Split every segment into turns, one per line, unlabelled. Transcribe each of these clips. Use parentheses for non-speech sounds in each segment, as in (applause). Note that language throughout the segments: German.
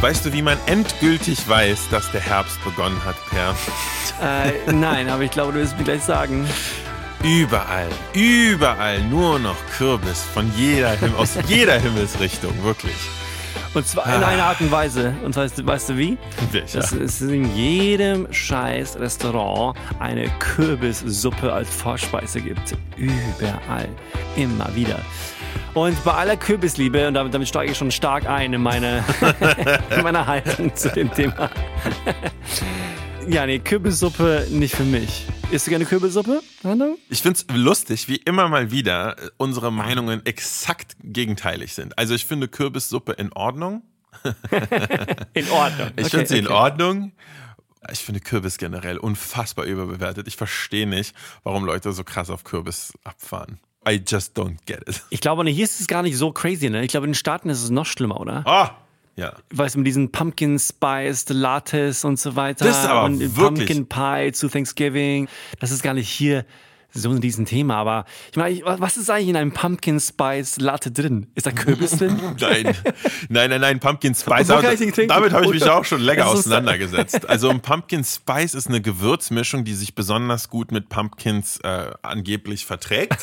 Weißt du, wie man endgültig weiß, dass der Herbst begonnen hat, Per?
Äh, nein, aber ich glaube, du wirst mir gleich sagen.
Überall, überall nur noch Kürbis von jeder Him (laughs) aus jeder Himmelsrichtung, wirklich.
Und zwar in einer Art und Weise. Und weißt, weißt du wie?
Welcher?
Es, es ist in jedem scheiß Restaurant eine Kürbissuppe als Vorspeise gibt. Überall. Immer wieder. Und bei aller Kürbisliebe, und damit, damit steige ich schon stark ein in meine, (laughs) in meine Haltung zu dem Thema. (laughs) ja, nee, Kürbissuppe nicht für mich. Isst du gerne Kürbissuppe? Hallo?
Ich find's lustig, wie immer mal wieder äh, unsere Meinungen exakt gegenteilig sind. Also ich finde Kürbissuppe in Ordnung.
In Ordnung.
Ich finde sie in Ordnung. Ich finde Kürbis generell unfassbar überbewertet. Ich verstehe nicht, warum Leute so krass auf Kürbis abfahren. I just don't get it.
Ich glaube, hier ist es gar nicht so crazy, ne? Ich glaube, in den Staaten ist es noch schlimmer, oder?
Ah! Ja.
weißt du, mit diesen Pumpkin Spiced Lattes und so weiter.
Das ist aber
und
wirklich-
Pumpkin Pie zu Thanksgiving. Das ist gar nicht hier so ein Riesenthema, aber ich meine, ich- was ist eigentlich in einem Pumpkin Spice Latte drin? Ist da Kürbis
(laughs)
drin?
Nein, nein, nein, nein, Pumpkin Spice.
Wo kann
aber
ich den trinken?
damit habe ich mich
Oder-
auch schon länger
Das ist-
auseinandergesetzt. Also ein Pumpkin Spice ist eine Gewürzmischung, die sich besonders gut mit Pumpkins äh, angeblich
(laughs)
verträgt.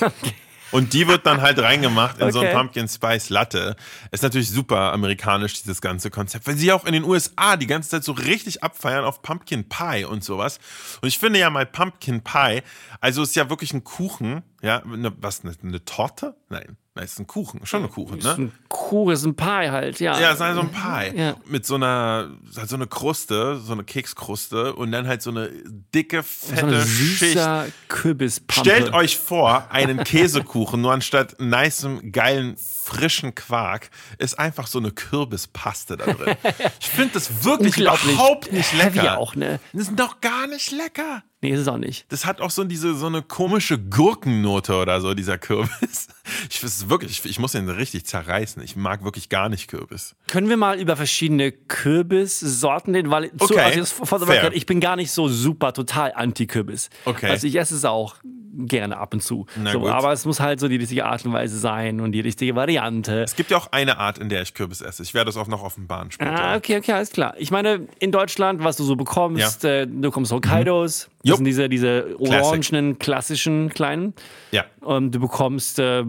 Und die wird dann halt reingemacht in so ein
Okay.
Pumpkin Spice Latte. Ist natürlich super amerikanisch, dieses ganze Konzept, weil sie auch in den USA die ganze Zeit so richtig abfeiern auf Pumpkin Pie und sowas. Und ich finde ja mal Pumpkin Pie, also ist ja wirklich ein Kuchen, ja, eine, was, eine, eine Torte? Nein, nein, ist ein Kuchen, schon ein Kuchen, ne?
Ist ein Kuchen, ist ein Pie halt, ja.
Ja, es ist halt so ein Pie.
Ja.
Mit so einer, halt so eine Kruste, so eine Kekskruste und dann halt so eine dicke,
so
fette
ein
Schicht.
süßer Kürbispampe.
Stellt euch vor, einen Käsekuchen, nur anstatt nicem, geilen, frischen Quark, ist einfach so eine Kürbispaste da
(laughs)
drin. Ich finde das wirklich
Unglaublich
überhaupt nicht
heavy
lecker.
auch, ne?
Das ist doch gar nicht lecker.
Nee, ist es auch nicht.
Das hat auch so diese so eine komische Gurkennote oder so, dieser Kürbis. (laughs) Ich es ist wirklich, ich, ich muss den richtig zerreißen. Ich mag wirklich gar nicht Kürbis.
Können wir mal über verschiedene Kürbissorten reden? Weil zu,
Okay,
also jetzt for the
fair.
record, ich bin gar nicht so super total anti-Kürbis.
Okay.
Also ich esse es auch gerne ab und zu.
Na
so,
gut.
Aber es muss halt so die richtige Art und Weise sein und die richtige Variante.
Es gibt ja auch eine Art, in der ich Kürbis esse. Ich werde es auch noch offenbaren später.
Ah, okay, okay, alles klar. Ich meine, in Deutschland, was du so bekommst, äh, du bekommst Hokkaidos,
Mhm. Jupp.
das sind diese, diese orangenen, klassischen kleinen.
Ja.
Und du bekommst äh,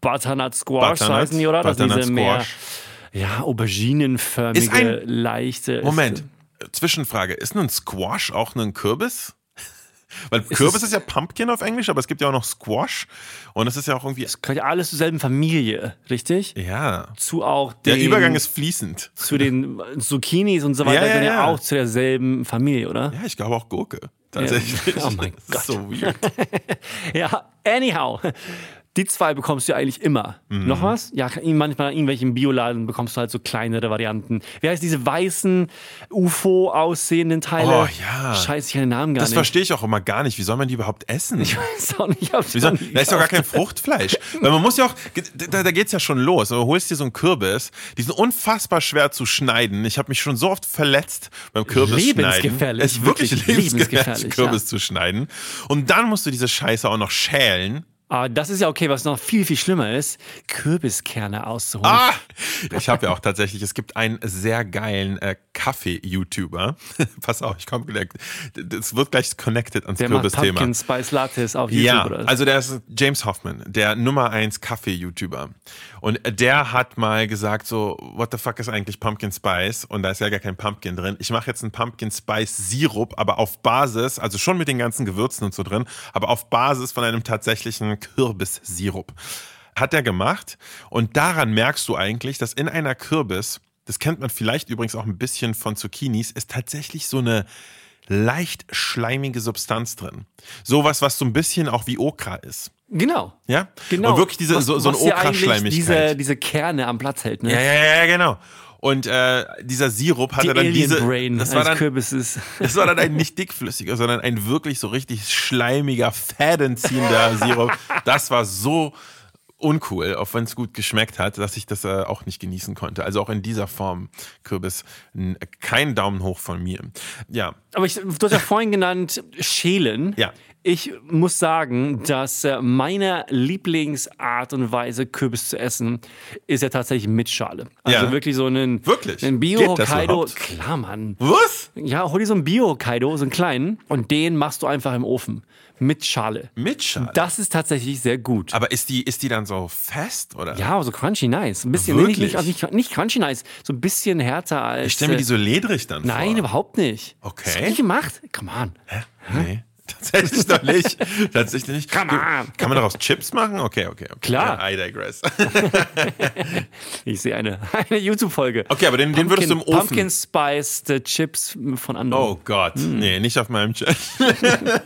Butternut Squash,
Butternut,
so heißen die, oder? Das sind
Butternut
diese mehr
Squash.
ja, auberginenförmige,
Ist ein-
leichte.
Moment, Zwischenfrage. Ist ein Squash auch ein Kürbis? (laughs) Weil
es-
Kürbis ist ja Pumpkin auf Englisch, aber es gibt ja auch noch Squash. Und es ist ja auch irgendwie.
gehört ja alles zur selben Familie, richtig?
Ja.
Zu auch den,
Der Übergang ist fließend.
zu den Zucchinis und so weiter,
Ja, ja,
gehören
ja.
auch zu derselben Familie, oder?
Ja, ich glaube auch Gurke. Tatsächlich.
Oh mein
Das ist so weird.
(laughs) Ja, anyhow. Die zwei bekommst du ja eigentlich immer.
Mhm.
Noch was? Ja, manchmal in irgendwelchen Bioladen bekommst du halt so kleinere Varianten. Wie heißt diese weißen, UFO-aussehenden
Oh,
Teile?
ja.
Scheiße, ich habe den Namen gar
Das
nicht.
verstehe ich auch immer gar nicht. Wie soll man die überhaupt essen?
(laughs) Ich weiß auch nicht, ob
Wie soll, da ist doch
(laughs)
gar kein Fruchtfleisch. Weil man muss ja auch, da, da geht's ja schon los. Du holst dir so einen Kürbis, die sind unfassbar schwer zu schneiden. Ich habe mich schon so oft verletzt beim Kürbis schneiden.
Lebensgefährlich,
Es ist wirklich,
wirklich
lebensgefährlich,
lebensgefährlich,
Kürbis zu schneiden. Und dann musst du diese Scheiße auch noch schälen.
Aber Ah, das ist ja okay, was noch viel, viel schlimmer ist, Kürbiskerne auszuholen. (laughs)
Ah! Ich habe ja auch tatsächlich, es gibt einen sehr geilen äh, Kaffee-YouTuber. (laughs) Pass auf, ich komme gleich. Das wird gleich connected ans
Der macht
Kürbisthema.
Pumpkin Spice Lattes auf YouTube
Ja,
oder so.
also der ist James Hoffman, der Nummer 1 Kaffee-YouTuber. Und der hat mal gesagt so, what the fuck ist eigentlich Pumpkin Spice? Und da ist ja gar kein Pumpkin drin. Ich mache jetzt einen Pumpkin Spice Sirup, aber auf Basis, also schon mit den ganzen Gewürzen und so drin, aber auf Basis von einem tatsächlichen Kürbissirup. Hat er gemacht. Und daran merkst du eigentlich, dass in einer Kürbis, das kennt man vielleicht übrigens auch ein bisschen von Zucchinis, ist tatsächlich so eine leicht schleimige Substanz drin. Sowas, was so ein bisschen auch wie Okra ist.
Genau.
Ja?
Genau.
Und wirklich diese, so, so eine
was hier eigentlich Diese,
Okra-Schleimigkeit.
diese Kerne am Platz hält, ne?
Ja, ja, ja, ja, genau. Und äh, dieser Sirup hatte
Die
dann
Alien
diese.
Brain
das, war
eines
dann,
Kürbisses.
(laughs) das war dann ein nicht dickflüssiger, sondern ein wirklich so richtig schleimiger,
(laughs)
fädenziehender Sirup. Das war so uncool, auch wenn es gut geschmeckt hat, dass ich das äh, auch nicht genießen konnte. Also auch in dieser Form Kürbis n- kein Daumen hoch von mir. Ja,
Aber ich, du hast ja vorhin genannt Schälen.
Ja.
Ich muss sagen, dass äh, meine Lieblingsart und Weise, Kürbis zu essen, ist ja tatsächlich mit Schale. Also
Ja.
wirklich so einen,
Wirklich?
einen
Geht das
Bio-Hokkaido.
überhaupt?
Klar, Mann.
was?
Ja, hol dir so einen Bio-Hokkaido, so einen kleinen, und den machst du einfach im Ofen. Mit Schale.
Mitschall.
Das ist tatsächlich sehr gut.
Aber ist die, ist die dann so fest oder?
Ja, so crunchy nice. Ein bisschen, nee,
Wirklich?
nicht, nicht, also nicht, nicht crunchy nice, so ein bisschen härter als.
Ich stelle mir die
äh,
so ledrig dann vor.
Nein, überhaupt nicht.
Okay.
Hast du nicht gemacht? Come on.
Nee, tatsächlich noch nicht.
(laughs)
Tatsächlich nicht.
Hm? Come
Du,
on.
Kann man daraus Chips machen? Okay, okay, okay.
Klar.
Ja, I
(laughs)
digress.
Ich sehe eine, (laughs) eine YouTube-Folge.
Okay, aber den, den würdest du im Ofen.
Pumpkin Spiced äh, Chips von anderen.
Oh Gott.
Hm.
Nee, nicht auf meinem Channel. (laughs)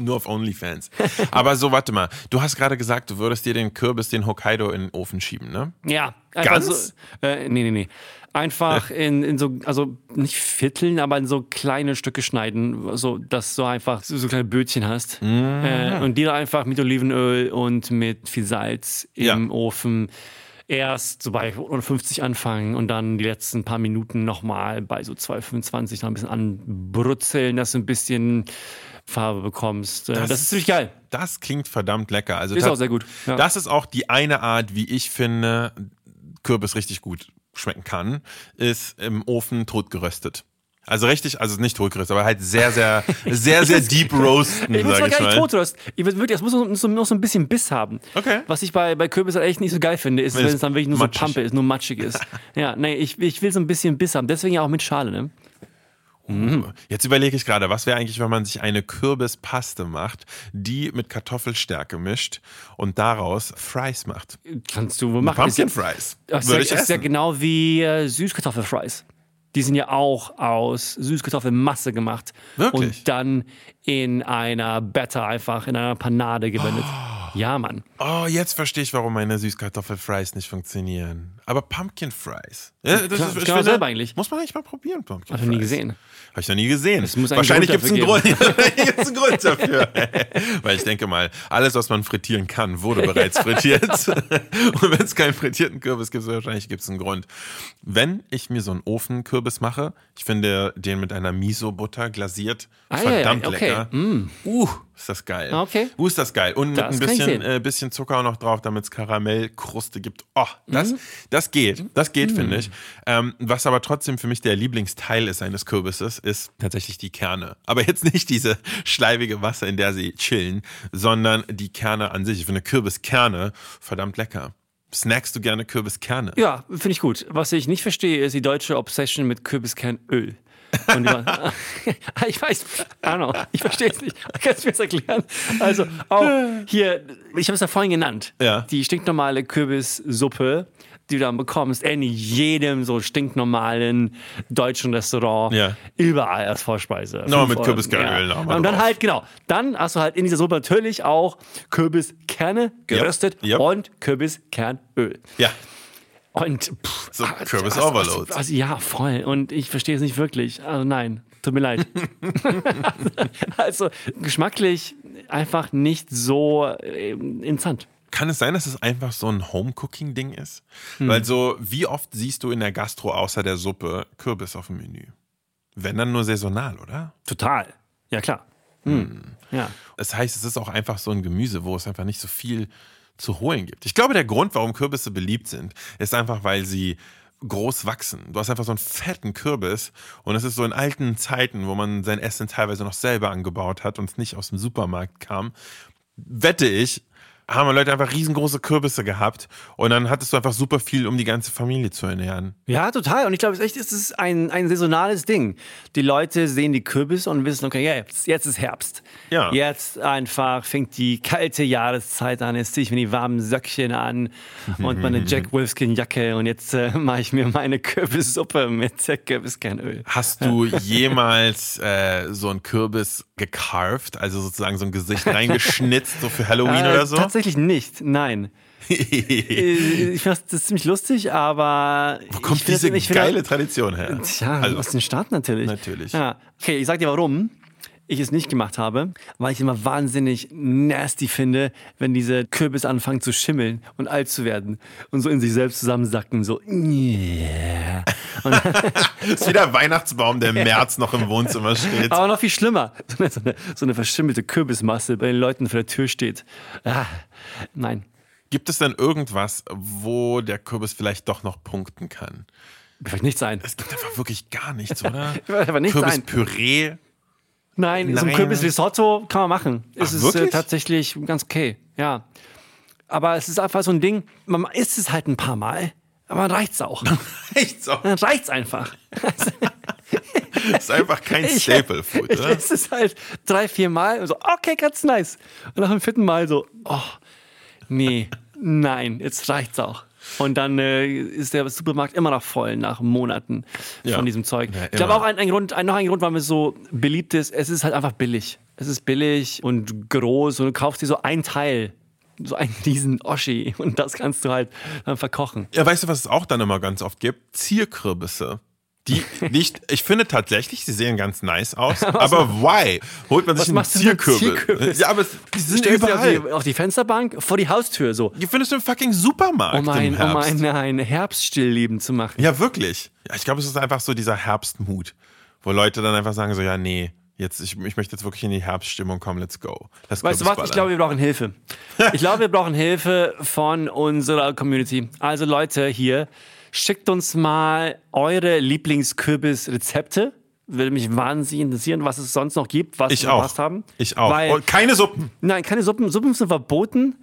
Nur auf OnlyFans. Aber so, warte mal. Du hast gerade gesagt, du würdest dir den Kürbis, den Hokkaido in den Ofen schieben, ne?
Ja. Einfach
Ganz?
So, äh, nee, nee, nee. Einfach in, in so, also nicht Vierteln, aber in so kleine Stücke schneiden, so, dass du einfach so, so kleine Bötchen hast. Äh, und die dann einfach mit Olivenöl und mit viel Salz im
Ja.
Ofen erst so bei 150 anfangen und dann die letzten paar Minuten nochmal bei so 225 noch ein bisschen anbrutzeln, dass du ein bisschen Farbe bekommst. Äh, das, ist ziemlich geil.
Das klingt verdammt lecker. Also
Ist
tat-
auch sehr gut. Ja.
Das ist auch die eine Art, wie ich finde, Kürbis richtig gut schmecken kann, ist im Ofen totgeröstet. Also richtig, also nicht totgeröstet, aber halt sehr,
(laughs)
sehr, sehr, sehr deep roasten,
Ich will
sag
zwar
ich
gar
mal.
nicht tot roasten. Ich will wirklich, es muss noch so, noch so ein bisschen Biss haben.
Okay.
Was ich bei, bei Kürbis halt echt nicht so geil finde, ist, wenn
es
es dann wirklich nur
matschig.
so Pampe ist, nur
(laughs)
matschig ist. ja, nee, ich, ich will so ein bisschen Biss haben. Deswegen ja auch mit Schale, ne?
Mhm.
Mhm.
Jetzt überlege ich gerade, was wäre eigentlich, wenn man sich eine Kürbispaste macht, die mit Kartoffelstärke mischt und daraus Fries macht.
Kannst du wohl machen.
Pumpkin
Ist ja-
Fries.
Das
Würde
ist
ich
ja, das ist ja
essen.
genau wie äh, Süßkartoffelfries. Die sind ja auch aus Süßkartoffelmasse gemacht.
Wirklich?
Und dann in einer Batter einfach, in einer Panade gewendet. Ja, Mann.
Oh, jetzt verstehe ich, warum meine Süßkartoffelfries nicht funktionieren. Aber Pumpkin Fries. Ja, das
Klar, das kann man
finde,
selber eigentlich.
Muss man eigentlich mal probieren, Pumpkin
Hab ich
Fries.
nie gesehen.
Habe ich noch nie gesehen.
muss einen
Wahrscheinlich
Grund
gibt es einen,
dafür
Grund- Wahrscheinlich (laughs) gibt's einen Grund dafür. (laughs) Weil ich denke mal, alles, was man frittieren kann, wurde
(laughs)
bereits frittiert. (laughs) Und wenn es keinen frittierten Kürbis gibt, wahrscheinlich gibt es einen Grund. Wenn ich mir so einen Ofenkürbis mache, ich finde den mit einer Miso-Butter glasiert,
Ah, ja, ja,
verdammt
okay.
lecker.
Mm. Ah,
Uh, ist das geil.
Okay.
Uh, ist das geil. Und mit
Das
ein
kann ich
bisschen,
sehen.
äh, bisschen Zucker auch noch drauf, damit es Karamellkruste gibt. Oh, das, das geht. Das geht, finde ich. Ähm, was aber trotzdem für mich der Lieblingsteil ist eines Kürbisses, ist tatsächlich die Kerne. Aber jetzt nicht diese schleimige Masse, in der sie chillen, sondern die Kerne an sich. Ich finde Kürbiskerne verdammt lecker. Snackst du gerne Kürbiskerne?
Ja, finde ich gut. Was ich nicht verstehe, ist die deutsche Obsession mit Kürbiskernöl. Und die waren- (laughs) ich weiß, I don't know, ich verstehe es nicht. Kannst du mir das erklären? Also, auch hier, ich habe es ja vorhin genannt.
Ja.
Die stinknormale Kürbissuppe, die du dann bekommst, in jedem so stinknormalen deutschen Restaurant.
Ja.
Überall als Vorspeise.
Nochmal
Fünf
mit
Euro.
Kürbiskernöl nochmal
Und dann
drauf.
halt, genau. Dann hast du halt in dieser Suppe natürlich auch Kürbiskerne geröstet
Yep.
und Kürbiskernöl.
Ja.
Und pff,
So
ah,
Kürbis
also-
Overload.
Also, also, ja, voll. Und ich verstehe es nicht wirklich. Also nein, tut mir leid. (laughs) also geschmacklich einfach nicht so äh, interessant.
Kann es sein, dass es einfach so ein Home-Cooking-Ding ist? Weil so, wie oft siehst du in der Gastro außer der Suppe Kürbis auf dem Menü? Wenn dann nur saisonal, oder?
Total. Ja, klar. Hm. Ja.
Das heißt, es ist auch einfach so ein Gemüse, wo es einfach nicht so viel zu holen gibt. Ich glaube, der Grund, warum Kürbisse beliebt sind, ist einfach, weil sie groß wachsen. Du hast einfach so einen fetten Kürbis und es ist so in alten Zeiten, wo man sein Essen teilweise noch selber angebaut hat und es nicht aus dem Supermarkt kam, wette ich, haben Leute einfach riesengroße Kürbisse gehabt und dann hattest du einfach super viel, um die ganze Familie zu ernähren.
Ja, total. Und ich glaube, es ist echt, es ist ein, ein saisonales Ding. Die Leute sehen die Kürbisse und wissen, okay, jetzt, jetzt ist Herbst.
Ja.
Jetzt einfach fängt die kalte Jahreszeit an, jetzt ziehe ich mir die warmen Söckchen an
(laughs)
und meine Jack Wolfskin-Jacke und jetzt äh, (laughs) mache ich mir meine Kürbissuppe mit äh, Kürbiskernöl.
Hast du jemals äh, so einen Kürbis gecarved, also sozusagen so ein Gesicht reingeschnitzt, so für Halloween
Äh,
oder so? (laughs)
Tatsächlich nicht, nein. Äh, ich finde das, das ist ziemlich lustig, aber.
Wo kommt
ich find das-
diese
ich find das-
geile Tradition her?
Tja,
also,
aus den Staaten natürlich.
Natürlich.
Ja. Okay, ich sag dir warum ich es nicht gemacht habe, weil ich immer wahnsinnig nasty finde, wenn diese Kürbis anfangen zu schimmeln und alt zu werden und so in sich selbst zusammensacken, so yeah.
ist wieder Weihnachtsbaum,
(laughs)
der im März noch im Wohnzimmer steht.
Aber noch viel schlimmer, (laughs) so eine, so eine, so eine verschimmelte Kürbismasse bei den Leuten vor der Tür steht. Ah, nein.
Gibt es denn irgendwas, wo der Kürbis vielleicht doch noch punkten kann?
Mir fällt nichts ein.
Es gibt einfach wirklich gar nichts,
(laughs)
oder?
fällt einfach nichts ein.
Kürbispüree. (laughs)
Nein, so ein
Nein.
Kürbis-Risotto kann man machen. Es
Ach,
ist äh,
wirklich?
tatsächlich ganz okay, ja. Aber es ist einfach so ein Ding, man isst es halt ein paar Mal, aber dann reicht's
(laughs)
auch.
Echt so.
Dann reicht's einfach.
Das ist einfach kein
Ich-
Staple Food,
(laughs) Ich
oder?
esse es halt drei, vier Mal und so, okay, ganz nice. Und nach dem vierten Mal so, oh,
(laughs)
nee, nein, jetzt reicht's auch. Und dann äh, ist der Supermarkt immer noch voll nach Monaten
Ja.
von diesem Zeug.
Ja,
ich glaube
immer.
auch ein, ein Grund, ein, noch ein Grund, warum es so beliebt ist, es ist halt einfach billig. Es ist billig und groß und du kaufst dir so ein Teil, so einen riesen Oschi (laughs) und das kannst du halt dann verkochen.
Ja, weißt du, was es auch dann immer ganz oft gibt? Zierkürbisse. Die
(laughs)
nicht, ich finde tatsächlich, sie sehen ganz nice aus, aber why? Holt man sich
Was
einen
machst du mit einem
Zierkürbis?
Zierkürbis?
Ja, aber es- die sind
Stellst du auf die,
überall.
auf die Fensterbank, vor die Haustür so.
Die findest du im fucking Supermarkt
Oh mein,
im
oh
Herbst.
mein, nein, Herbststillleben zu machen.
Ja, wirklich. Ja, ich glaube, es ist einfach so dieser Herbstmut, wo Leute dann einfach sagen so, ja, nee, jetzt, ich, ich möchte jetzt wirklich in die Herbststimmung kommen, let's go. Lass
Weißt du was? Ich glaube, wir
(laughs)
brauchen Hilfe. Ich glaube, wir brauchen Hilfe von unserer Community. Also Leute hier, schickt uns mal eure Lieblingskürbis-Rezepte. Würde mich wahnsinnig interessieren, was es sonst noch gibt, was
ich
wir
auch.
verpasst haben.
Ich auch.
Weil,
Und keine Suppen.
nein, keine Suppen. Suppen sind verboten.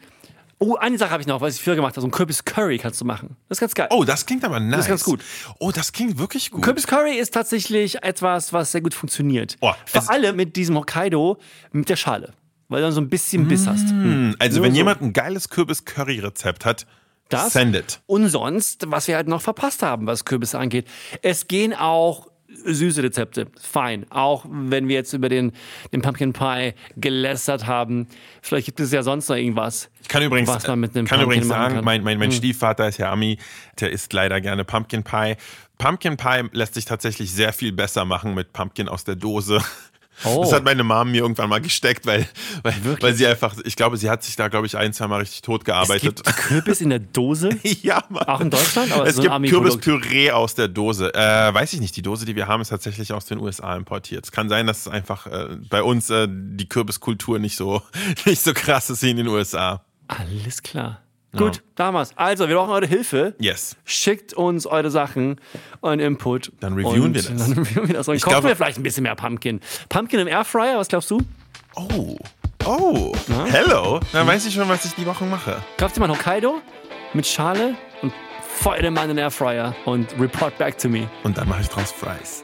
Oh, eine Sache habe ich noch, was ich früher gemacht habe. So ein Kürbis-Curry kannst du machen. Das ist ganz geil.
Oh, das klingt aber nice. Das
ist ganz gut.
Oh, das klingt wirklich gut.
Kürbis-Curry ist tatsächlich etwas, was sehr gut funktioniert.
Oh, es-
Vor allem mit diesem Hokkaido mit der Schale. Weil du dann so ein
Mm.
bisschen Biss hast.
Also, wenn
so.
jemand ein geiles Kürbis-Curry-Rezept hat,
Das?
send it.
Und sonst, was wir halt noch verpasst haben, was Kürbisse angeht. Es gehen auch süße Rezepte. Fein. Auch wenn wir jetzt über den, den Pumpkin Pie gelästert haben. Vielleicht gibt es ja sonst noch irgendwas.
Ich kann übrigens, äh,
Was man mit einem
kann
Pumpkin
übrigens
machen
sagen,
kann. Hm.
mein, mein, mein Stiefvater ist ja Ami, der isst leider gerne Pumpkin Pie. Pumpkin Pie lässt sich tatsächlich sehr viel besser machen mit Pumpkin aus der Dose.
Oh.
Das hat meine Mom mir irgendwann mal gesteckt, weil, weil, weil sie einfach, ich glaube, sie hat sich da, glaube ich, ein, zwei Mal richtig tot
Es
gearbeitet.
gibt Kürbis in
(laughs)
der Dose?
ja, Mann.
Auch in Deutschland? Aber
es
so ein
gibt
Ami-Produkt.
Kürbispüree aus der Dose. Äh, weiß ich nicht, die Dose, die wir haben, ist tatsächlich aus den USA importiert. Es kann sein, dass es einfach äh, bei uns äh, die Kürbiskultur nicht so, (laughs) nicht so krass ist wie in den USA.
Alles klar. Gut, damals. Also, wir brauchen eure Hilfe.
Yes.
Schickt uns eure Sachen, euren Input.
Dann reviewen
und
wir das.
Dann reviewen wir das. Und kochen
glaube-
wir vielleicht ein bisschen mehr Pumpkin. Pumpkin im Airfryer, was glaubst du?
Oh. Oh. Hello. Dann weiß ich schon, was ich die Woche mache.
Kauft ihr mal einen Hokkaido mit Schale und feuert den Mann in den Airfryer und report back to me.
Und dann mache ich draus Fries.